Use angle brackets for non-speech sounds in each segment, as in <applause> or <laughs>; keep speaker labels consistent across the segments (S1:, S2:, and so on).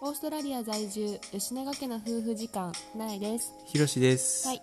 S1: オーストラリア在住吉永家の夫婦時間ないです
S2: ひろしです、
S1: はい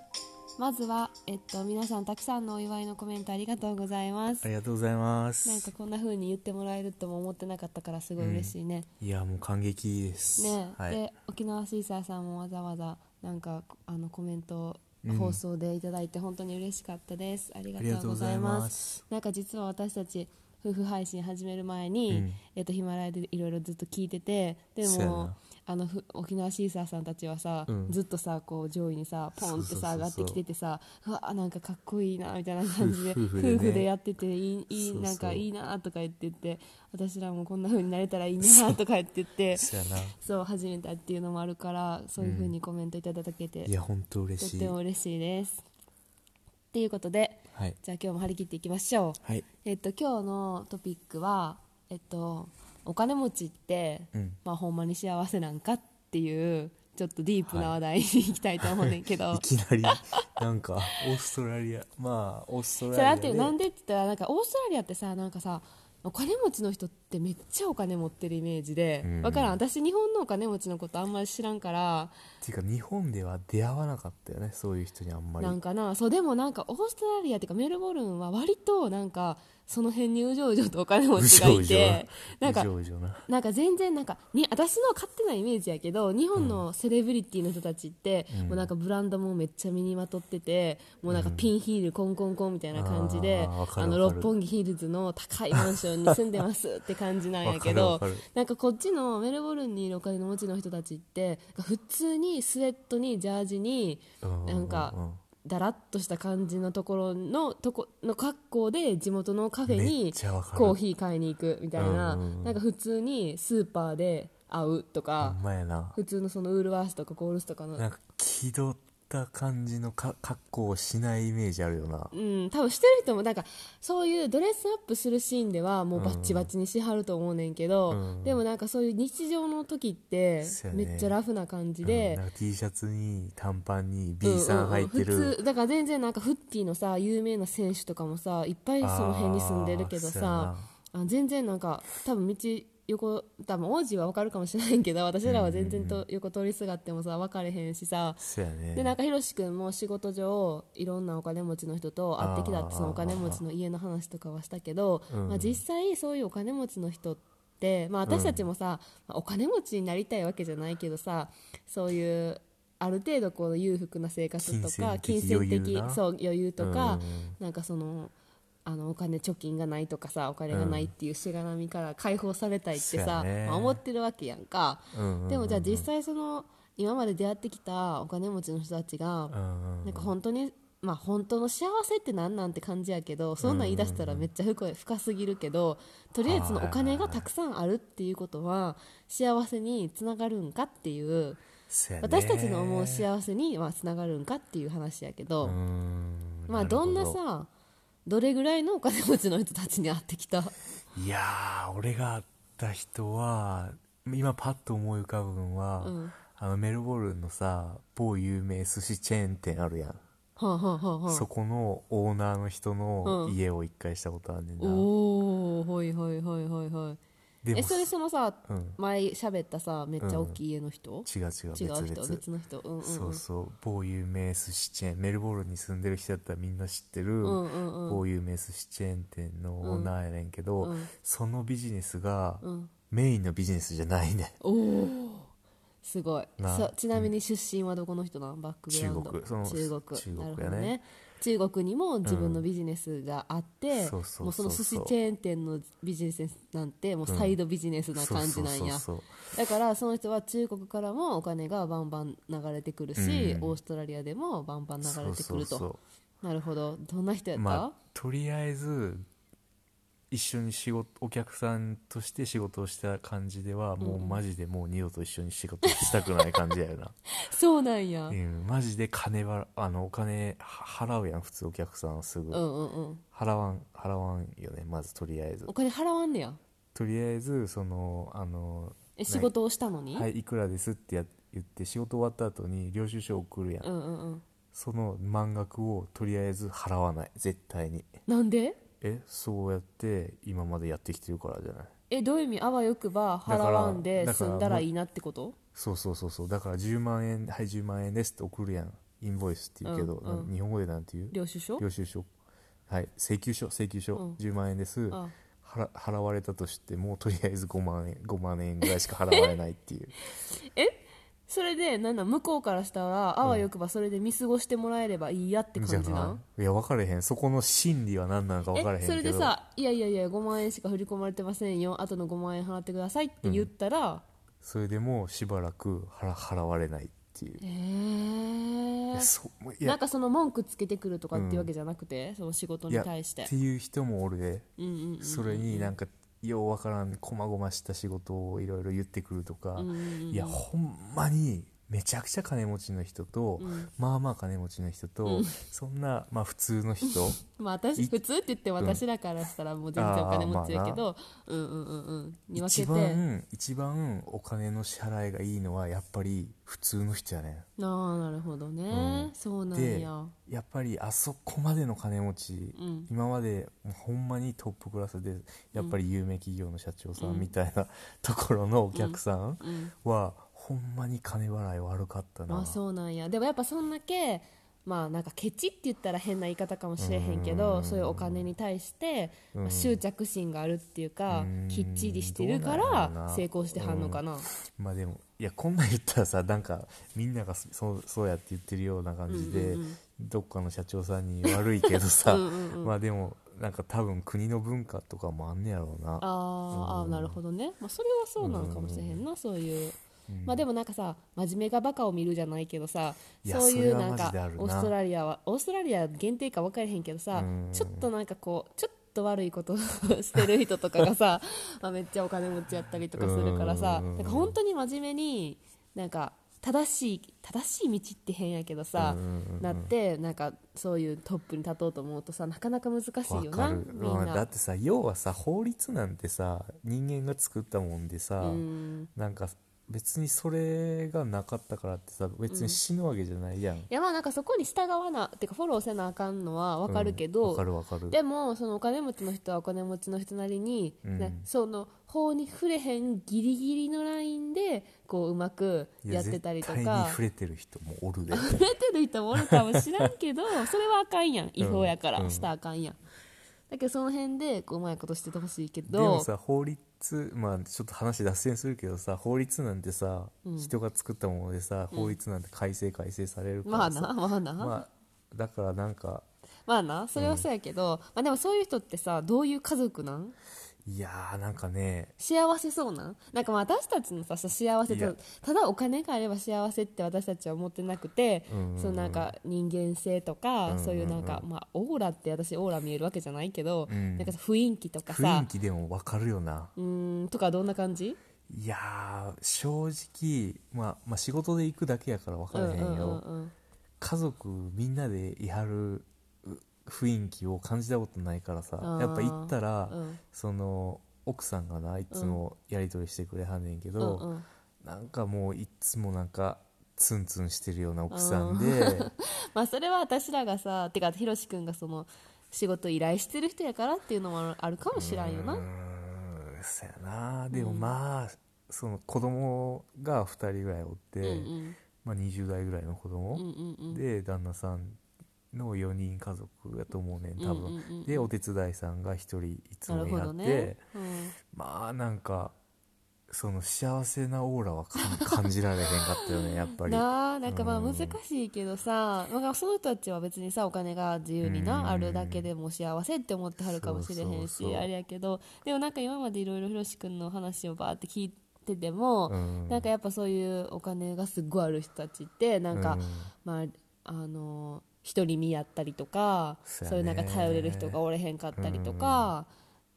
S1: まずはえっと皆さんたくさんのお祝いのコメントありがとうございま
S2: あ
S1: す
S2: りがとうございま
S1: なんか
S2: す
S1: こんな風に言ってもらえるとも思ってなかったからすごい嬉しいね、
S2: いやもう感激です
S1: ねえ、
S2: はい、
S1: で沖縄シーサーさんもわざわざなんかあのコメント
S2: うん
S1: 放送でいただいて本当に嬉しかったです、あり
S2: あ
S1: が
S2: りが
S1: と
S2: と
S1: う
S2: う
S1: ご
S2: ご
S1: ざ
S2: ざ
S1: い
S2: い
S1: ま
S2: ますす
S1: なんか実は私たち夫婦配信始める前に、
S2: うん
S1: えっとヒマラヤでいろいろずっと聞いててで
S2: そうや
S1: も
S2: な
S1: あのふ沖縄シーサーさんたちはさ、
S2: うん
S1: ずっとさこう上位にさポンってさ
S2: そうそうそうそ
S1: 上
S2: う
S1: がってきててさうわなんかかっこいいなみたいな感じで
S2: 夫婦で
S1: <laughs>
S2: ね
S1: 夫婦でやってていいいい
S2: そうそう
S1: なんかいいなとか言ってて私らもこんな風になれたらいいなとか言ってて
S2: <laughs> そうやな
S1: そう始めたっていうのもあるからそういう風にコメントいただけて、
S2: いや本当嬉
S1: とっ
S2: しい
S1: ても嬉しいです。っていうことで
S2: はい
S1: じゃあ今日も張り切っていきましょう。
S2: はい
S1: えっと、今日のトピックは、えっと、お金持ちって、
S2: うん
S1: まあ、ほんまに幸せなんかっていうちょっとディープな話題に行きたいと思うねんけど、
S2: いきなりなんかオーストラリアまあオースト
S1: それな
S2: ラリア
S1: んて
S2: で
S1: いうなんでって言ったらなんかオーストラリアってさなんかさお金持ちの人ってめっちゃお金持ってるイメージで、
S2: うん
S1: わからん私日本のお金持ちのことあんまり知らんから
S2: っていうか日本では出会わなかったよねそういう人にあんまり
S1: なんかなそうでもなんかオーストラリアっていうかメルボルンは割となんかその辺にうじょうじょとお金持ちがい
S2: <laughs>
S1: てなんか
S2: うじょうじょな
S1: なんか全然なんかに私の勝手なイメージやけど日本のセレブリティの人たちって、
S2: うん
S1: もうなんかブランドもめっちゃ身にまとってて、もうなんかピンヒールコンコンコンみたいな感じで
S2: あーわか
S1: あ
S2: る
S1: の
S2: わかる
S1: 六本木ヒルズの高いマンションに住んでますって感じなんやけ
S2: わ
S1: ど
S2: かるわかる
S1: なんかこっちのメルボルンにいるお金の持ちの人たちって普通にスウェットにジャージに
S2: うん
S1: なんかだらっとした感じのところのとこの格好で地元のカフェ
S2: め
S1: に
S2: っちゃわかる
S1: コーヒー買いに行くみたいな、
S2: うんうんうん
S1: なんか普通にスーパーで会うと
S2: ほ
S1: か
S2: ん、まやな
S1: 普通のそのウールワースとかコールスとかの
S2: なんか気取った感じのか格好をしないイメージあるよな
S1: うん、多分してる人もなんかそういうドレスアップするシーンではもうバッチバチにしはると思うねんけど、
S2: うん
S1: でもなんかそういう日常の時って
S2: そうや
S1: め
S2: ね
S1: っちゃラフな感じで、
S2: うんなんか T シャツに短パンに B さん履いてる、
S1: うんうんうん普通だから全然なんかフッティのさ有名な選手とかもさいっぱいその辺に住んでるけどさあ全然なんか多分道横多分王子は分かるかもしれないけど私らは全然と横通りすがってもさ分かれへんしさ
S2: そうやね
S1: でなんかひろし君も仕事上いろんなお金持ちの人と会ってきたって
S2: あー
S1: そのお金持ちの家の話とかはしたけど、
S2: うん
S1: まあ、実際そういうお金持ちの人って、まあ、私たちもさ、まあお金持ちになりたいわけじゃないけどさそういうある程度こう裕福な生活とか金
S2: 金
S1: 銭的
S2: 銭的余裕な
S1: そう余裕とか、
S2: うん
S1: なんかその。あのお金貯金がないとかさお金がないっていうしがらみから解放されたいって
S2: そう
S1: さ、
S2: やね
S1: まあ思ってるわけやんか、
S2: うんうんうん
S1: でもじゃあ実際その今まで出会ってきたお金持ちの人たちが
S2: うんうん
S1: なんか本当にまあ本当の幸せって何なんて感じやけどそんなん言い出したらめっちゃ深い深すぎるけどとりあえずそのお金がたくさんあるっていうことは幸せにつながるんかっていう
S2: そうやね
S1: 私たちの思う幸せにはつながるんかっていう話やけど
S2: うん
S1: まあどんな
S2: るほ
S1: さどれぐらいのお金持ちの人たちに会ってきた
S2: どいやー俺が会った人は今パッと思い浮かぶのは、
S1: うん
S2: あのメルボルンのさ某有名寿司チェーン店あるやん、
S1: はあはあはあはあ
S2: そこのオーナーの人の
S1: うん
S2: 家を一回したことあるねんな、
S1: おおはいはいはいはいはい
S2: で
S1: え
S2: も
S1: それそのさ、
S2: うん
S1: 前喋ったさめっちゃ大きい家の人、
S2: 違う
S1: 違
S2: 違う
S1: う
S2: 別
S1: 人
S2: 々
S1: 別の人うんうん
S2: そううんそう某有名寿司チェーンメルボルンに住んでる人だったらみんな知ってる
S1: うんうんうん
S2: 某有名寿司チェーン店のオーナーやねんけど、
S1: うん
S2: そのビジネスが
S1: うん
S2: メインのビジネスじゃないね
S1: おおすごい
S2: な
S1: そうちなみに出身はどこの人なんバックグラウンド
S2: 中国その
S1: 中国
S2: 中
S1: な
S2: 国やね
S1: るほどね中国にも自分のビジネスがあって、
S2: そうそうそうそう
S1: もうその寿司チェーン店のビジネスなんてもうサイドビジネスな感じなんや、
S2: そうそうそ
S1: だ
S2: う
S1: からその人は中国からもお金がバンバン流れてくるし、
S2: うん
S1: オーストラリアでもバンバン流
S2: そう
S1: れてくると
S2: そうそう
S1: なるほどどんな人やった、
S2: まあとりあえず一緒に仕事お客さんとして仕事をした感じではもうマジでもう二度と一緒に仕事したくない感じやよな、
S1: そうなんや、
S2: うん、マジで金ばらあのお金は払うやん普通お客さんはすぐ、
S1: うんうんうん
S2: 払わん払わんよねまずとりあえず
S1: お金払わんねや
S2: とりあえずそのあの
S1: え仕事をしたのに、
S2: はいいくらですってや言って仕事終わった後に領収書送るやん、
S1: うんうんうん
S2: その満額をとりあえず払わない絶対に
S1: なんで
S2: えそうやって今までやってきてるからじゃない
S1: えどういう意味あわよくば払わんで
S2: だから
S1: 済んだらいいなってこと
S2: そうそうそうそうだから10万円はい10万円ですって送るやんインボイスって言うけど、
S1: うんうん
S2: な日本語でなんて言う
S1: 領収書
S2: 領収書はい請求書請求書、
S1: うん
S2: 10万円です
S1: あ
S2: 払払われたとしてもとりあえず5万円5万円ぐらいしか払われな
S1: <laughs>
S2: いっていう
S1: それでなんなん向こうからしたらあわよくばそれで見過ごしてもらえればいいやって
S2: じゃ
S1: 感じなん
S2: ないいや分かれへんそこの心理は何なのか分かれへん
S1: え
S2: けど
S1: それでさ「いやいやいや5万円しか振り込まれてませんよ後の5万円払ってください」って言ったら、
S2: それでもうしばらく払払われないっていう、
S1: え
S2: い
S1: ー
S2: やそうもうい
S1: な
S2: や
S1: んかその文句つけてくるとかっていうわけじゃなくて、その仕事
S2: い
S1: に
S2: や
S1: 対して
S2: っていう人もおるで
S1: うんうん
S2: それになんかようわからんこまごました仕事をいろいろ言ってくるとか、
S1: うんうんうん
S2: いやほんまにめちゃくちゃ金持ちの人と、
S1: うん
S2: まあまあ金持ちの人と、そんな、まあ、普通の人
S1: まあ私
S2: い
S1: 普通って言って私らからしたらもう全然お金持ちやけど、うんうんうんうん <laughs> に分けて
S2: 一番一番お金の支払いがいいのはやっぱり普通の人やね
S1: ああなるほどね、
S2: うん
S1: そうなん
S2: で
S1: や
S2: やっぱりあそこまでの金持ち、
S1: うん
S2: 今までもうほんまにトップクラスでやっぱり有名企業の社長さんみたいな、 <laughs> ところのお客さん
S1: うん
S2: はほんまに金払い悪かったな、
S1: まあそうなんやでもやっぱそんだけまあなんかケチって言ったら変な言い方かもしれへんけど
S2: うん
S1: そういうお金に対してまあ
S2: うん
S1: 執着心があるっていうか
S2: うん
S1: きっちりしてるか
S2: どうなんやろう
S1: ら
S2: な
S1: 成功してはんのかな
S2: まあでもいやこんなん言ったらさなんかみんながそそうそうやって言ってるような感じで、
S1: うんうんうん
S2: どっかの社長さんに悪いけどさ
S1: <laughs> うんうんうん
S2: まあでもなんか多分国の文化とかもあんねやろうな
S1: あーあーなるほどね、まあ、それはそうなのかもしれへんな、そういう、まあでもなんかさ真面目がバカを見るじゃないけどさ
S2: いや
S1: そういう
S2: それは
S1: なん
S2: マ
S1: か
S2: ジであるな
S1: オーストラリアはオーストラリア限定か分からへんけどさ
S2: うん
S1: ちょっとなんかこうちょっと悪いことを <laughs> してる人とかがさ、 <laughs> まあ、めっちゃお金持ちやったりとかするからさ
S2: うん
S1: なんか本当に真面目になんか正しい正しい道って変やけどさなってなんかそういうトップに立とうと思うとさなかなか難しい
S2: わ
S1: よ
S2: か
S1: な
S2: る
S1: みん
S2: うんだ
S1: な
S2: っ。てさ要はさ法律なんてさ人間が作ったもんでさ、
S1: うん
S2: なんか別にそれがなかったからってさ別に死ぬわけじゃないやん、
S1: いやまあなんかそこに従わなっていうかフォローせなあかんのはわかるけ
S2: うん
S1: ど、
S2: わかるわかる
S1: でもそのお金持ちの人はお金持ちの人なりに、
S2: うん
S1: なその法に触れへんギリギリのラインでこううまく
S2: い
S1: や
S2: や
S1: ってたりと
S2: 絶対に
S1: か
S2: 触れてる人も
S1: <laughs>
S2: おるで
S1: 触れてる人もおるかもしらん
S2: <laughs>
S1: けどそれはあかんやん違法やから、
S2: うん
S1: したらあかんやんだけどその辺でこううまいことしててほしいけ
S2: で
S1: ど
S2: もさ法律まあちょっと話脱線するけどさ法律なんてさ、人が作ったものでさ法律なんて改正改正されるか
S1: まあ
S2: らさ、
S1: なまあな、
S2: まあだからなんか
S1: まあなそれはそうやけど、まあでもそういう人ってさどういう家族なん
S2: いやーなんかね
S1: 幸せそうなんなんかまあ私たちのさ幸せ
S2: いや
S1: とただお金があれば幸せって私たちは思ってなくて、
S2: うんうんうん
S1: そのなんか人間性とか、
S2: うんうんうん
S1: そういうなんか、まあ、オーラって私オーラ見えるわけじゃないけど、
S2: うん
S1: なんかさ雰囲気とか
S2: 雰
S1: さ
S2: 囲気でもわかるよな
S1: うーんとかどんな感じ
S2: いやー正直、まあ、まあ仕事で行くだけやから分か
S1: うん
S2: ら
S1: う
S2: へ
S1: ん
S2: ん
S1: う
S2: よ、
S1: んうん
S2: 家族みんなでいはるう雰囲気を感じたことないからさ
S1: あー
S2: やっぱ行ったら、
S1: うん
S2: その奥さんがないつもやり取りしてくれはんねんけど、
S1: うんうん
S2: なんかもういつもなんかツンツンしてるような奥さんで、
S1: <laughs> まあそれは私らがさてかひろし君がその仕事依頼してる人やからっていうのもあるかもしらんよな
S2: うーんそやなでもまあ、その子供が2人ぐらいおって、
S1: うんうん
S2: まあ、20代ぐらいの子供、
S1: うんうんうん
S2: で旦那さんの4人家族やと思うねん多分、
S1: うんうんうんうん
S2: でお手伝いさんが1人いつ
S1: な
S2: も
S1: る
S2: い
S1: ほ
S2: は
S1: ど
S2: って、
S1: ね、うん
S2: まあなんかその幸せなオーラはかん感じられへんかった
S1: <laughs>
S2: よねやっぱり
S1: なあなんかまあ
S2: うん
S1: 難しいけどさ、まあ、その人たちは別にさお金が自由にな、
S2: うん
S1: あるだけでも幸せって思ってはるかもしれへんし
S2: そうそうそ
S1: あ
S2: う
S1: れやけどでもなんか今までいろいろひろし君の話をバーって聞いてても、
S2: うん
S1: なんかやっぱそういうお金がすっごいある人たちってなんか、
S2: うん
S1: まああの一人身やったりとか
S2: そ
S1: そう
S2: やね
S1: ういうなんか頼れる人がおれへんかったりとか、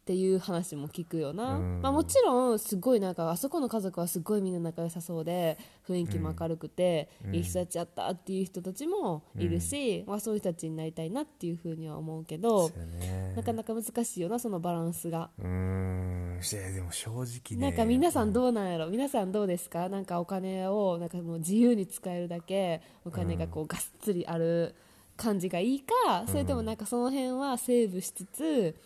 S1: っていう話も聞くよな、
S2: うん
S1: まあ、もちろんすごいなんかあそこの家族はすごいみんな仲良さそうで雰囲気も明るくて、いい人たちやったっていう人たちもいるし、まあ、そういう人たちになりたいなっていうふうには思うけど、
S2: そうやね
S1: なかなか難しいよなそのバランスが。
S2: うーんいやでも正直
S1: な
S2: ね
S1: んか皆さんどうなんやろ皆さんどうですかなんかお金をなんかもう自由に使えるだけお金がこうがっつりある感じがいいか、それともなんかその辺はセーブしつつ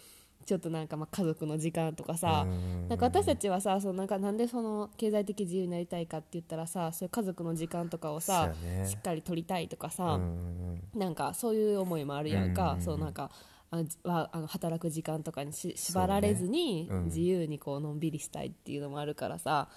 S1: ちょっとなんかまあ家族の時間とかさ、なんか私たちはさそのなんかなんでその経済的自由になりたいかって言ったらさそういう家族の時間とかをさ、
S2: そうやね
S1: しっかり取りたいとか
S2: う
S1: さ、
S2: ん
S1: なんかそういう思いもあるやん
S2: うんうん
S1: か、
S2: うん
S1: そうなんかあじはあの働く時間とかにし縛られずに
S2: そうねうん
S1: 自由にこうのんびりしたいっていうのもあるからさ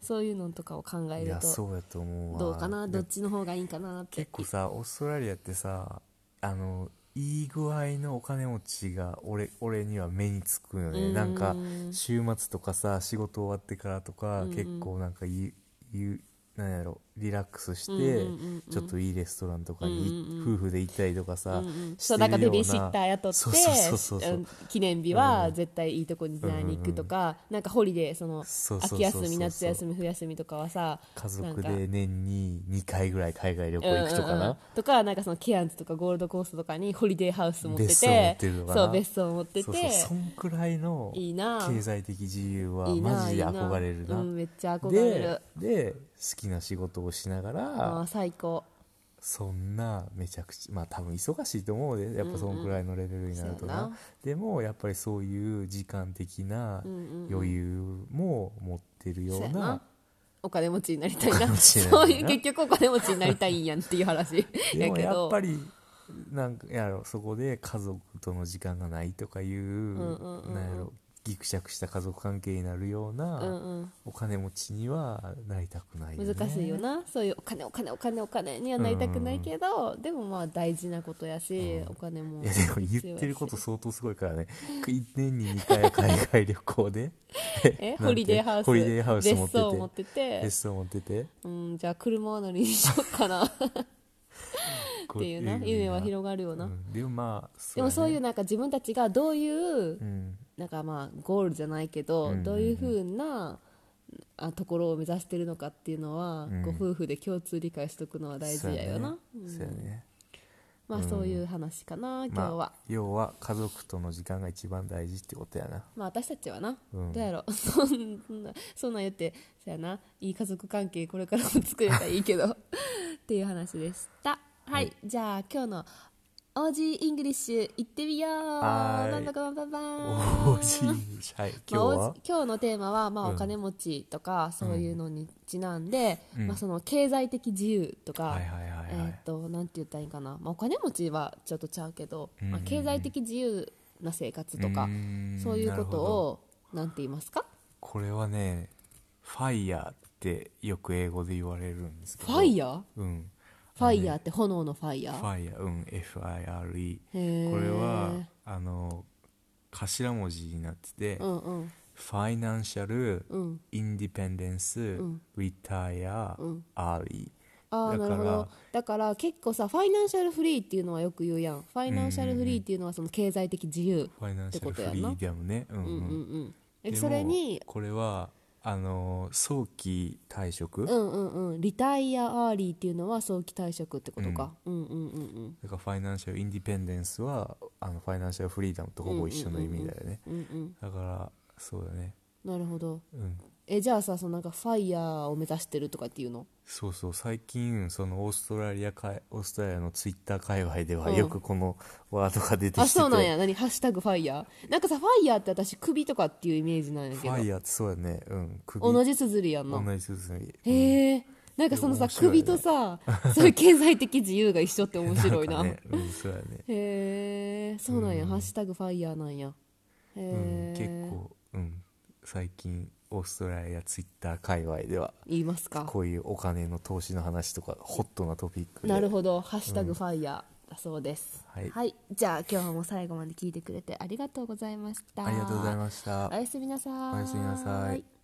S1: そういうのとかを考え
S2: い
S1: る
S2: や
S1: と
S2: そうやと思うわ
S1: どうかなどっ
S2: で
S1: ちの方がいいんかなって
S2: 結構さオーストラリアってさあのいい具合のお金持ちが俺俺には目につくよね
S1: うん
S2: なんか週末とかさ仕事終わってからとか、
S1: うんうん
S2: 結構なんかゆゆなんやろリラックスして、
S1: うんうんうんうん
S2: ちょっといいレストランとかに、
S1: うん
S2: 夫婦で行ったりとかさ、
S1: うんうん
S2: して
S1: そう
S2: る
S1: だ
S2: よう
S1: か
S2: な
S1: らベビーシッター雇
S2: そうそうそうそう
S1: って
S2: そう
S1: うん記念日は絶対いいとこにディナーに行くとか、なんかホリデーその
S2: そうそうそうそう
S1: 秋休み夏休み冬休みとかはさ
S2: 家族
S1: なん
S2: で
S1: か
S2: 年に2回ぐらい海外旅行
S1: うん
S2: 行くとかな、
S1: うんうんとかなんかそのケアンズとかゴールドコーストとかにホリデーハウス持ってて
S2: 別荘持ってるのかな
S1: そう別荘持ってて
S2: そうそうそんくらいの
S1: いいな
S2: 経済的自由はい
S1: いな
S2: マジで憧れる
S1: いい
S2: な
S1: うん、めっちゃ憧れる
S2: でで好きな仕事をしなが
S1: あ
S2: ら
S1: ー最高
S2: そんなめちゃくちゃまあ多分忙しいと思うでやっぱそのくらいのレベルになると
S1: そ
S2: な,、
S1: うやな
S2: でもやっぱりそういう時間的な
S1: うんうんうん
S2: 余裕も持ってるよう
S1: そうや
S2: な
S1: なお金持ちになりたい
S2: お金
S1: な
S2: 持ちにな
S1: そ
S2: りたいな
S1: ういう結局お金持ちになりたいんやんっていう話
S2: で
S1: や
S2: も
S1: け
S2: やっ
S1: ど
S2: ぱりなんかやろそこで家族との時間がないとかいう,、
S1: んうんうん
S2: なんやろギクシャクした家族関係になるよう
S1: う
S2: なん
S1: うん
S2: お金持ちにはなりたくないよ、ね、
S1: 難しいよな、そういうお金お金お金お金にはなりたくないけど、でもまあ大事なことやし、
S2: うん
S1: お金も
S2: いやでも言ってること相当すごいからね年に2回海外旅行で
S1: え
S2: なんて
S1: ホリデーハウス
S2: ホリデーハウス持ってて
S1: 別荘を持ってて
S2: テスト持ってて
S1: うん、じゃあ車は乗りにしようかなっていうな夢は広がるよ
S2: が
S1: な、
S2: でもまあ
S1: でもそういう
S2: う
S1: なんか自分たちがどういう、
S2: だねうん
S1: なんかまあゴールじゃないけど、
S2: うんうんうん
S1: どういうふうなあところを目指してるのかっていうのは、
S2: うん
S1: ご夫婦で共通理解しとくのは大事やよな
S2: そうやね
S1: うん
S2: そうやね
S1: まあそういう話かな、今日は、
S2: まあ要は家族との時間が一番大事ってことやな
S1: まあ私たちはな、
S2: うん
S1: どうやろう <laughs> そんなそんなん言ってそやないい家族関係これからも作れたらいいけど <laughs> っていう話でしたはい、じゃあ今日の OG イングリッシュ行ってみよう
S2: はーい
S1: バンバコバンバンバ
S2: お
S1: ン
S2: ーじいじゃあ今日
S1: <laughs> まあ
S2: は
S1: おじ今日のテーマは、まあ、
S2: うん
S1: お金持ちとか、そういうのにちなんで、
S2: うん
S1: まあ、その経済的自由とか、
S2: はいはいはいは
S1: えーっ
S2: い
S1: となんて言ったらいいんかな、まあ、お金持ちはちょっとちゃうけど、
S2: うんうんう
S1: ま
S2: ん
S1: あ、経済的自由な生活とか
S2: ー、ん
S1: そういうこ
S2: なる
S1: と
S2: ほど
S1: をなんて言いますか
S2: これはねファイヤーってよく英語で言われるんですけ
S1: フ
S2: ど
S1: ァイヤー
S2: うん
S1: ファイヤーって炎のファイヤ
S2: フ
S1: ー
S2: ァイヤーうん FIRE
S1: へー
S2: これはあの頭文字になってて、
S1: うんうん
S2: ファイナンシャル、
S1: うん
S2: インディペンデンス、
S1: ん
S2: リタイア、
S1: うん
S2: アーリ
S1: ああ
S2: だ
S1: な
S2: から
S1: るほどだから結構さファイナンシャルフリーっていうのはよく言うやんファイナンシャルフリーっていうのはその経済的自由
S2: ーファイナンシャル
S1: ってこと
S2: フ
S1: や
S2: リ
S1: な
S2: ーダムねうんう
S1: うんうんうんん
S2: で
S1: え
S2: も
S1: それに
S2: これはあの早期退職、
S1: う
S2: だ
S1: んうんうんリタイアアーリーっていうのは早期退職ってことか、うん、うんうんうん
S2: からファイナンシャルインディペンデンスはあのファイナンシャルフリーダムとほぼ一緒の意味だよね、
S1: うんうん
S2: だからそうだね
S1: なるほど
S2: うん
S1: えじゃあさそのなんかファイヤーを目指してるとかっていうの
S2: そうそう最近そのオーストラリアかいオーストラリアのツイッター界隈では
S1: うん
S2: よくこのワードが出てきてて、
S1: あそうなんや何ハッシュタグファイヤーなんかさファイヤーって私首とかっていうイメージなんや
S2: フ
S1: けど
S2: ァイヤーってそうやねうん首
S1: 同じ綴りやんな
S2: 同じですね
S1: へえなんかその
S2: 面
S1: さ
S2: 白いね
S1: 首とさそういう経済的自由が一緒って面白いな
S2: なんかねうんそうやね、
S1: へえそうなんや、ハッシュタグファイヤーなんやへ
S2: う
S1: え
S2: ん、、結構うん最近オーストラリアツイッター界隈では
S1: 言いますか
S2: こういうお金の投資の話とかホットなトピックで
S1: なるほど「ハッシュタグファイヤーだそうです、
S2: はい
S1: じゃあ今日も最後まで聞いてくれてありがとうございました
S2: ありがとうございました
S1: おやすみなさーい
S2: おやすみなさい